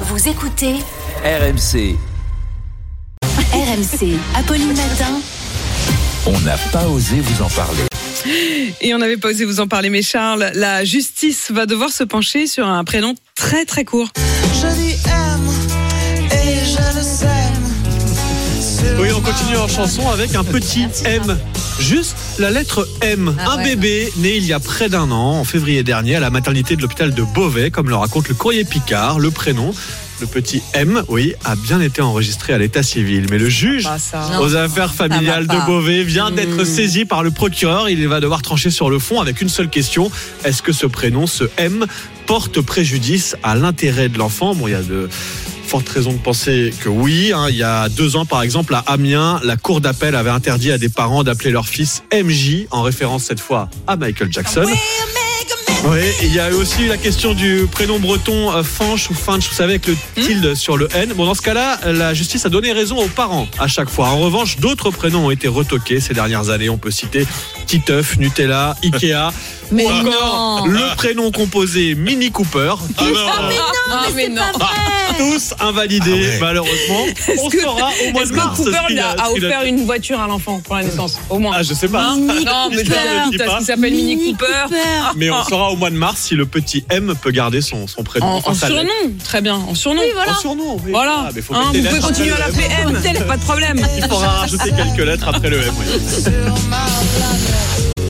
Vous écoutez RMC, RMC. Apolline Matin. on n'a pas osé vous en parler. Et on n'avait pas osé vous en parler, mais Charles, la justice va devoir se pencher sur un prénom très très court. Je dis aime et je le sème. Oui, on continue en chanson avec un petit M. Juste la lettre M. un bébé né il y a près d'un an, en février dernier, à la maternité de l'hôpital de Beauvais, comme le raconte le courrier Picard, le prénom. Le petit M, oui, a bien été enregistré à l'état civil. Mais le juge Ah, aux affaires familiales de Beauvais vient d'être saisi par le procureur. Il va devoir trancher sur le fond avec une seule question. Est-ce que ce prénom, ce M, porte préjudice à l'intérêt de l'enfant Bon, il y a de fortes raisons de penser que oui. hein. Il y a deux ans, par exemple, à Amiens, la cour d'appel avait interdit à des parents d'appeler leur fils MJ, en référence cette fois à Michael Jackson. Oui, et il y a aussi la question du prénom breton euh, Fanch ou Fanch, vous savez, avec le Hmm tilde sur le N. Bon, dans ce cas-là, la justice a donné raison aux parents à chaque fois. En revanche, d'autres prénoms ont été retoqués ces dernières années. On peut citer Titeuf, Nutella, Ikea, ou encore le prénom composé Mini Cooper. Ah, mais non Tous invalidés, Ah ouais. malheureusement. On que- saura au mois Est-ce de que mars. Cooper ce qu'il lui a, a ce qu'il offert une voiture à l'enfant pour la naissance Au moins. Ah, je sais pas. non, mais L'histoire ne le dit c'est parce pas. qu'il s'appelle Mini Cooper. Mais on saura au mois de mars si le petit M peut garder son, son prénom. Ah. En, Enfin, en sa lettre. surnom, très bien, en surnom. En surnom, oui. Voilà, Ah, mais faut Hein, mettre les vous pouvez lettres continuer à après le l'appeler M, tel, pas de problème. Il faudra rajouter quelques lettres après le M. oui.